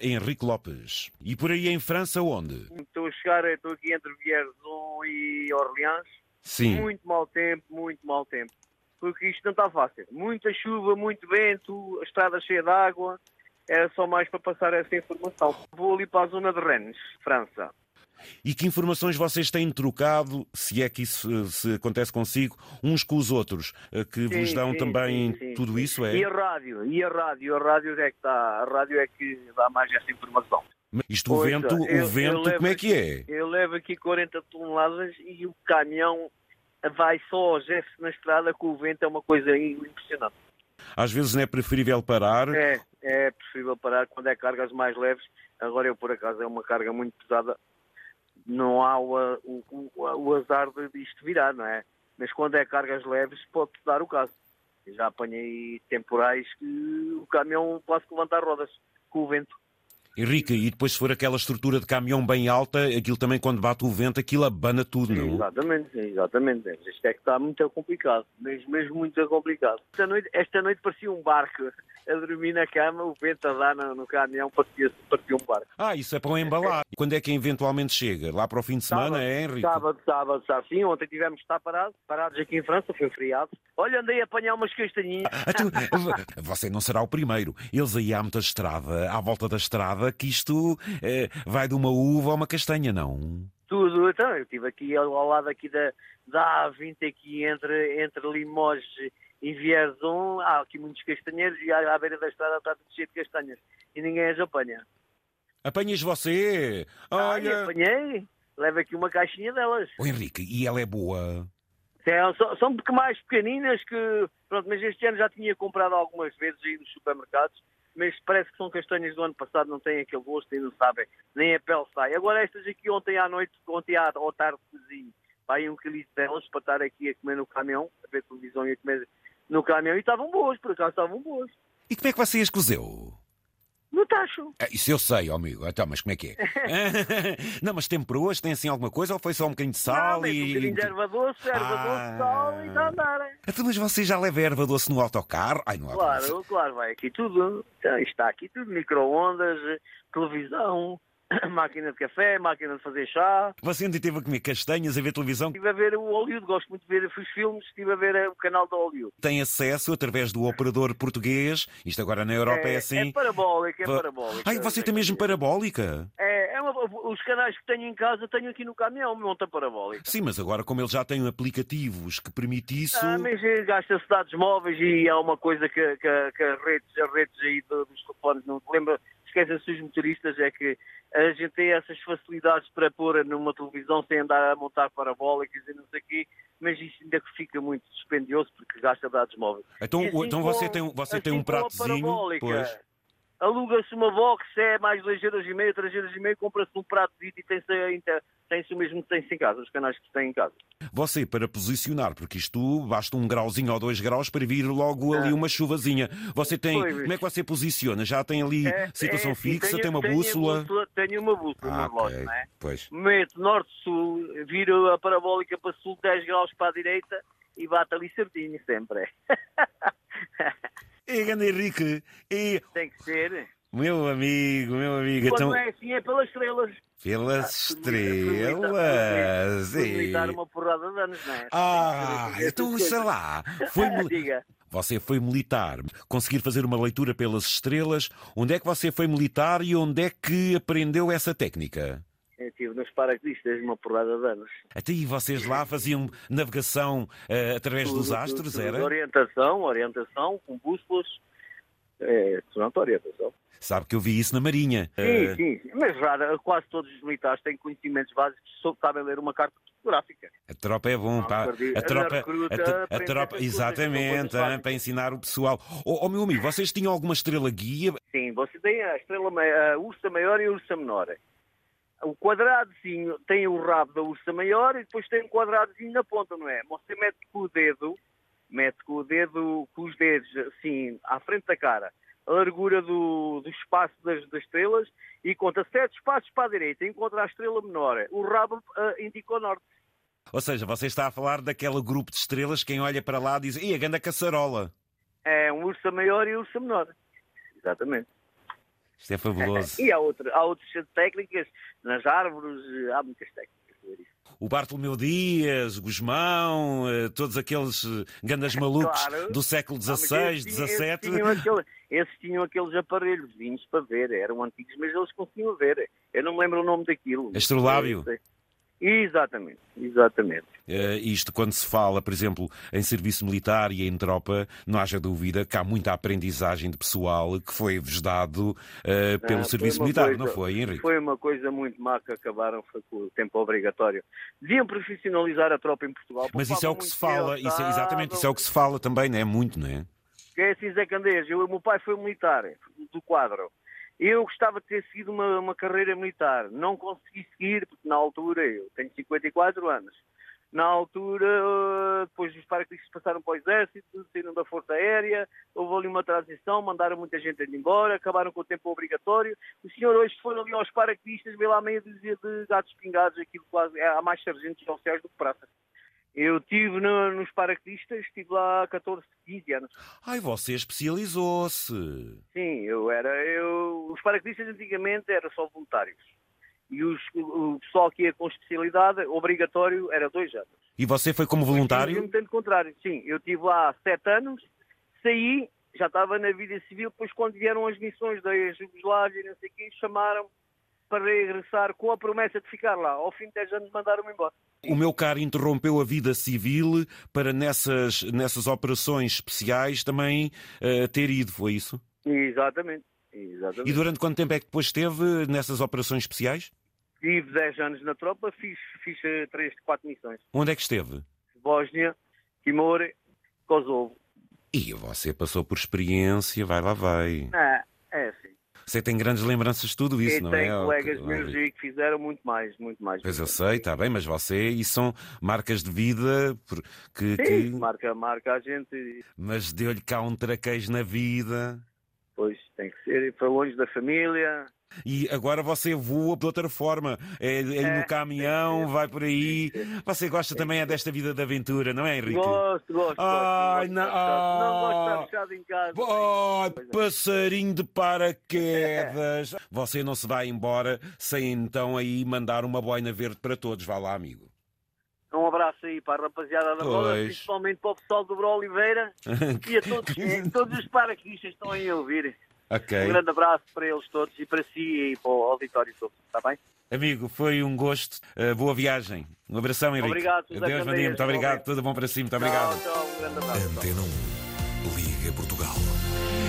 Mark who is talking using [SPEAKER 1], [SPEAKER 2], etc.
[SPEAKER 1] Henrique Lopes. E por aí em França, onde?
[SPEAKER 2] Estou a chegar, estou aqui entre Vierzon e Orleans.
[SPEAKER 1] Sim.
[SPEAKER 2] Muito mau tempo, muito mau tempo. Porque isto não está fácil. Muita chuva, muito vento, a estrada cheia de água. Era só mais para passar essa informação. Vou ali para a zona de Rennes, França.
[SPEAKER 1] E que informações vocês têm trocado, se é que isso eh, se acontece consigo, uns com os outros, eh, que vos
[SPEAKER 2] Sim,
[SPEAKER 1] dão
[SPEAKER 2] sim,
[SPEAKER 1] também
[SPEAKER 2] sim, sim,
[SPEAKER 1] tudo
[SPEAKER 2] sim.
[SPEAKER 1] isso? É?
[SPEAKER 2] E a rádio, e a rádio, a rádio é que dá, a rádio é que dá mais essa informação.
[SPEAKER 1] Isto, o
[SPEAKER 2] Ouça,
[SPEAKER 1] vento,
[SPEAKER 2] eu-
[SPEAKER 1] o
[SPEAKER 2] eu
[SPEAKER 1] vento,
[SPEAKER 2] levo
[SPEAKER 1] como é que
[SPEAKER 2] aqui-
[SPEAKER 1] é?
[SPEAKER 2] Eu levo aqui 40 toneladas e o caminhão vai só ao gesso na estrada com o vento, é uma coisa impressionante.
[SPEAKER 1] Às vezes não é preferível parar.
[SPEAKER 2] É, é possível parar quando é cargas mais leves. Agora eu, por acaso, é uma carga muito pesada. Não há o, a- o, o, o azar de isto virar, não é? Mas quando é cargas leves, pode dar o caso. Eu Já apanhei temporais que o caminhão quase que levanta as rodas com o vento.
[SPEAKER 1] Henrique, e depois se for aquela estrutura de caminhão bem alta, aquilo também quando bate o vento, aquilo abana tudo, não?
[SPEAKER 2] Exatamente, exatamente. Isto é que está muito complicado, mesmo, mesmo muito complicado. Esta noite, esta noite parecia um barco. A dormir na cama, o vento a dar no, no caminhão parecia, parecia um barco.
[SPEAKER 1] Ah, isso é para o embalar. Quando é que eventualmente chega? Lá para o fim de semana,
[SPEAKER 2] Sábado,
[SPEAKER 1] é, Henrique?
[SPEAKER 2] Sábado, sábado, sábado. Sim, ontem tivemos de estar parados, parados aqui em França, foi um feriado. Olha, andei a apanhar umas castanhinhas.
[SPEAKER 1] Ah, tu- v- você não será o primeiro. Eles aí há muita estrada, à volta da estrada, que isto eh, vai de uma uva a uma castanha, não?
[SPEAKER 2] Tudo, então, eu estive aqui ao, ao lado aqui da, da A20, aqui entre, entre Limoges e Vierzon, há aqui muitos castanheiros e à, à beira da estrada está tudo cheio de castanhas. E ninguém as apanha.
[SPEAKER 1] Apanhas você?
[SPEAKER 2] Ah, e
[SPEAKER 1] Olha.
[SPEAKER 2] apanhei, leva aqui uma caixinha delas.
[SPEAKER 1] Ô Henrique, e ela é boa?
[SPEAKER 2] São, são- são um pouco mais pequeninas que. Pronto, mas este ano já tinha comprado algumas vezes aí nos supermercados, mas parece que são castanhas do ano passado, não têm aquele gosto e não sabem, nem a pele sai. Agora estas aqui ontem à noite, ontem à, ao tarde cozinho, aí um quilito delas para estar aqui a comer no caminhão, a ver televisão e a comer no caminhão, e estavam boas, por acaso estavam boas.
[SPEAKER 1] E como é que você as cozeu?
[SPEAKER 2] No tacho.
[SPEAKER 1] Ah, isso eu sei, ó amigo. Então, mas como é que é? não, mas temperou-as? Tem assim alguma coisa? Ou foi só um bocadinho de sal
[SPEAKER 2] não, mas um
[SPEAKER 1] e.
[SPEAKER 2] bocadinho de erva doce, erva
[SPEAKER 1] Ah.
[SPEAKER 2] doce, sal e está a andar. é. hein?
[SPEAKER 1] Então, mas você já leva erva doce no autocarro? Ai, não há
[SPEAKER 2] Claro, claro, vai aqui tudo. Então, Está aqui tudo: micro-ondas, televisão, máquina de café, máquina de fazer chá.
[SPEAKER 1] Você ainda teve a comer castanhas a ver televisão?
[SPEAKER 2] Estive a ver o Hollywood, gosto muito de ver os filmes, estive a ver eh, o canal do Hollywood.
[SPEAKER 1] Tem acesso através do operador português. Isto agora na Europa é, assim.
[SPEAKER 2] é parabólica, é
[SPEAKER 1] Va-
[SPEAKER 2] parabólica.
[SPEAKER 1] Ai, você tem mesmo parabólica?
[SPEAKER 2] É, é uma- os canais que tenho em casa, tenho aqui no caminhão, monta parabólica.
[SPEAKER 1] Sim, mas agora como ele já tem aplicativos que permite isso.
[SPEAKER 2] Ah, mas eh, gasta-se dados móveis e há uma coisa que, que, que as redes, as redes aí do- dos telefones não te lembra, esquecem-se os motoristas, é que a gente tem essas facilidades para pôr numa televisão sem andar a montar parabólicas e não sei o quê, mas isso ainda que fica muito dispendioso porque gasta dados móveis.
[SPEAKER 1] Então,
[SPEAKER 2] E assim
[SPEAKER 1] então
[SPEAKER 2] com-
[SPEAKER 1] você tem, um- você tem
[SPEAKER 2] assim
[SPEAKER 1] um
[SPEAKER 2] com a
[SPEAKER 1] pratozinho.
[SPEAKER 2] parabólica.
[SPEAKER 1] Pois.
[SPEAKER 2] Aluga-se uma box, é mais 2,5 euros, 3,5 euros, compra-se um prato e tem-se ainda- tem-se o mesmo que tem-se em casa, os canais que se tem em casa.
[SPEAKER 1] Você, para posicionar, porque isto basta um grauzinho ou dois graus para vir logo ali uma chuvazinha. Você tem.
[SPEAKER 2] Ah. Pois.
[SPEAKER 1] Como é que você posiciona? Já tem ali
[SPEAKER 2] É,
[SPEAKER 1] situação
[SPEAKER 2] é, sim,
[SPEAKER 1] fixa,
[SPEAKER 2] tenho-
[SPEAKER 1] tem uma
[SPEAKER 2] tenho
[SPEAKER 1] bússola.
[SPEAKER 2] Tenho uma bússola,
[SPEAKER 1] Ah,
[SPEAKER 2] uma
[SPEAKER 1] ok.
[SPEAKER 2] relógio, não é?
[SPEAKER 1] Pois.
[SPEAKER 2] Meto norte-sul, viro a parabólica para sul 10 graus para a direita e bato ali certinho sempre.
[SPEAKER 1] E grande Henrique, e
[SPEAKER 2] Tem que ser.
[SPEAKER 1] meu amigo, meu amigo,
[SPEAKER 2] Quando
[SPEAKER 1] então
[SPEAKER 2] é Ah, assim é pelas estrelas.
[SPEAKER 1] pelas
[SPEAKER 2] Estrelas.
[SPEAKER 1] estrelas. e-
[SPEAKER 2] dar uma porrada de anos, não é?
[SPEAKER 1] Ah,
[SPEAKER 2] Tem que ser assim,
[SPEAKER 1] então
[SPEAKER 2] essas
[SPEAKER 1] sei
[SPEAKER 2] coisas.
[SPEAKER 1] lá, foi mili-
[SPEAKER 2] Diga.
[SPEAKER 1] você foi militar, conseguir fazer uma leitura pelas estrelas, onde é que você foi militar e onde é que aprendeu essa técnica?
[SPEAKER 2] Eu tive É, nos paraquedistas uma porrada de anos.
[SPEAKER 1] Até aí vocês lá faziam navegação eh, através dos
[SPEAKER 2] Tudo,
[SPEAKER 1] astros,
[SPEAKER 2] tudo, tudo.
[SPEAKER 1] era?
[SPEAKER 2] Orientação, orientação, com bússolas. É, pronto, orientação.
[SPEAKER 1] Sabe que eu vi isso na Marinha.
[SPEAKER 2] Sim,
[SPEAKER 1] Eh,
[SPEAKER 2] sim, mas rara, quase todos os militares têm conhecimentos básicos sobre sabem ler uma carta fotográfica.
[SPEAKER 1] A tropa é bom,
[SPEAKER 2] Não,
[SPEAKER 1] pá.
[SPEAKER 2] perdi.
[SPEAKER 1] A tropa,
[SPEAKER 2] A recruta
[SPEAKER 1] a, tro- a
[SPEAKER 2] aprende
[SPEAKER 1] tropa,
[SPEAKER 2] essas coisas, são coisas
[SPEAKER 1] exatamente, hein,
[SPEAKER 2] básicas.
[SPEAKER 1] para ensinar o pessoal. Oh, oh, meu amigo, vocês tinham alguma estrela guia?
[SPEAKER 2] Sim, você tem a estrela, ma- a ursa maior e a ursa menor. O quadradozinho tem o rabo da ursa maior e depois tem um quadradozinho na ponta, não é? Você mete com o dedo, mete com o dedo, com os dedos assim, à frente da cara, a largura do, do espaço das, das estrelas e conta sete espaços para a direita, encontra a estrela menor. O rabo ah, indica o norte.
[SPEAKER 1] Ou seja, você está a falar daquele grupo de estrelas, quem olha para lá diz, e a ganda caçarola.
[SPEAKER 2] É um urso maior e um urso menor. Exatamente.
[SPEAKER 1] Isto é fabuloso.
[SPEAKER 2] E há, outro, há outras técnicas nas árvores, há muitas técnicas. para isso.
[SPEAKER 1] O Bartolomeu Dias, o Gusmão, eh, todos aqueles eh, gandas malucos
[SPEAKER 2] Claro.
[SPEAKER 1] do século
[SPEAKER 2] Ah, mas
[SPEAKER 1] XVI,
[SPEAKER 2] esses tinham-
[SPEAKER 1] XVII.
[SPEAKER 2] Esses tinham, aquele- esses tinham aqueles aparelhos vinhos para ver, eram antigos, mas eles conseguiam ver. Eu não me lembro o nome daquilo. É,
[SPEAKER 1] Astrolábio.
[SPEAKER 2] Exatamente, exatamente.
[SPEAKER 1] Eh, isto, quando se fala, por exemplo, em serviço militar e em tropa, não haja dúvida que há muita aprendizagem de pessoal que foi-vos dado eh, pelo
[SPEAKER 2] Ah, foi
[SPEAKER 1] serviço
[SPEAKER 2] uma
[SPEAKER 1] militar,
[SPEAKER 2] coisa-
[SPEAKER 1] não foi, Henrique?
[SPEAKER 2] Foi uma coisa muito má que acabaram foi com o tempo obrigatório. Deviam profissionalizar a tropa em Portugal.
[SPEAKER 1] Mas isso é o
[SPEAKER 2] poupavam
[SPEAKER 1] que se
[SPEAKER 2] muito
[SPEAKER 1] fala, isso é-
[SPEAKER 2] soldado.
[SPEAKER 1] exatamente, isso é o que se fala também, não é? Muito, não é?
[SPEAKER 2] Que é assim, Zé Candeias, eu, o meu pai foi militar, do quadro. Eu gostava de ter seguido uma, uma carreira militar. Não consegui seguir, porque na altura, eu tenho 54 anos, na altura, eh, depois os paraquedistas passaram para o Exército, saíram da Força Aérea, houve ali uma transição, mandaram muita gente ir embora, acabaram com o tempo obrigatório. O senhor hoje foi ali aos paraquedistas, vê lá meia dúzia de gatos pingados, aquilo quase, há mais sargentos e oficiais do que praças. Eu estive no- nos paraquedistas, estive lá 14, 15 anos.
[SPEAKER 1] Ai, você especializou-se.
[SPEAKER 2] Sim, eu era. Eu, os paraquedistas antigamente eram só voluntários. E os, o o pessoal que ia com especialidade, obrigatório, era dois anos.
[SPEAKER 1] E você foi como
[SPEAKER 2] Eu
[SPEAKER 1] voluntário?
[SPEAKER 2] me tenho contrário. Sim, eu estive lá há sete anos, saí, já estava na vida civil, depois quando vieram as missões da Jugoslávia e não sei o quê, chamaram para regressar com a promessa de ficar lá. Ao fim de 10 anos mandaram-me embora.
[SPEAKER 1] O meu caro interrompeu a vida civil para nessas, nessas operações especiais também eh, ter ido, foi isso?
[SPEAKER 2] Exatamente.
[SPEAKER 1] E
[SPEAKER 2] Exatamente.
[SPEAKER 1] durante quanto tempo é que depois esteve nessas operações especiais?
[SPEAKER 2] Tive 10 anos na tropa, fiz, fiz 3, 4 missões.
[SPEAKER 1] Onde é que esteve?
[SPEAKER 2] Bósnia, Timor, Kosovo.
[SPEAKER 1] E você passou por experiência, vai lá, vai.
[SPEAKER 2] Ah, é sim.
[SPEAKER 1] Você tem grandes lembranças de tudo isso,
[SPEAKER 2] e
[SPEAKER 1] não
[SPEAKER 2] tem
[SPEAKER 1] é? ó,
[SPEAKER 2] colegas
[SPEAKER 1] ó,
[SPEAKER 2] meus
[SPEAKER 1] Henrique?
[SPEAKER 2] aí que fizeram muito mais, muito mais.
[SPEAKER 1] Pois eu sei, está bem, mas você, isso são marcas de vida por- que. que-
[SPEAKER 2] Sim, marca, marca a gente,
[SPEAKER 1] Mas deu-lhe cá um traquejo na vida.
[SPEAKER 2] pois tem que ser, foi longe da família.
[SPEAKER 1] E agora você voa de outra forma. É, é no
[SPEAKER 2] É,
[SPEAKER 1] caminhão, vai por aí.
[SPEAKER 2] tem que
[SPEAKER 1] Você gosta também é desta vida de aventura, não é, Henrique?
[SPEAKER 2] Gosto, gosto,
[SPEAKER 1] Ai,
[SPEAKER 2] gosto.
[SPEAKER 1] não-
[SPEAKER 2] Não, gosto de estar fechado. não gosto de
[SPEAKER 1] ah.
[SPEAKER 2] estar fechado em casa.
[SPEAKER 1] Oh,
[SPEAKER 2] Pois é.
[SPEAKER 1] passarinho de paraquedas! Você não se vai embora sem então aí mandar uma boina verde para todos. Vá lá, amigo.
[SPEAKER 2] Um abraço aí para a rapaziada da roda,
[SPEAKER 1] é. Pois.
[SPEAKER 2] principalmente para o pessoal do Bro Oliveira e a todos, eh, todos os paraquistas que estão aí a ouvir. Um
[SPEAKER 1] Ok.
[SPEAKER 2] grande abraço para eles todos e para si e para o auditório todo, está bem?
[SPEAKER 1] Amigo, foi um gosto. Uh, boa viagem. Um abração, Henrique.
[SPEAKER 2] Obrigado, José
[SPEAKER 1] Adeus, bom dia.
[SPEAKER 2] Candeias.
[SPEAKER 1] Muito obrigado.
[SPEAKER 2] Igualmente.
[SPEAKER 1] Tudo bom para si. Muito obrigado.
[SPEAKER 2] Tchau, tchau, um grande abraço.
[SPEAKER 3] Antena 1. Liga Portugal.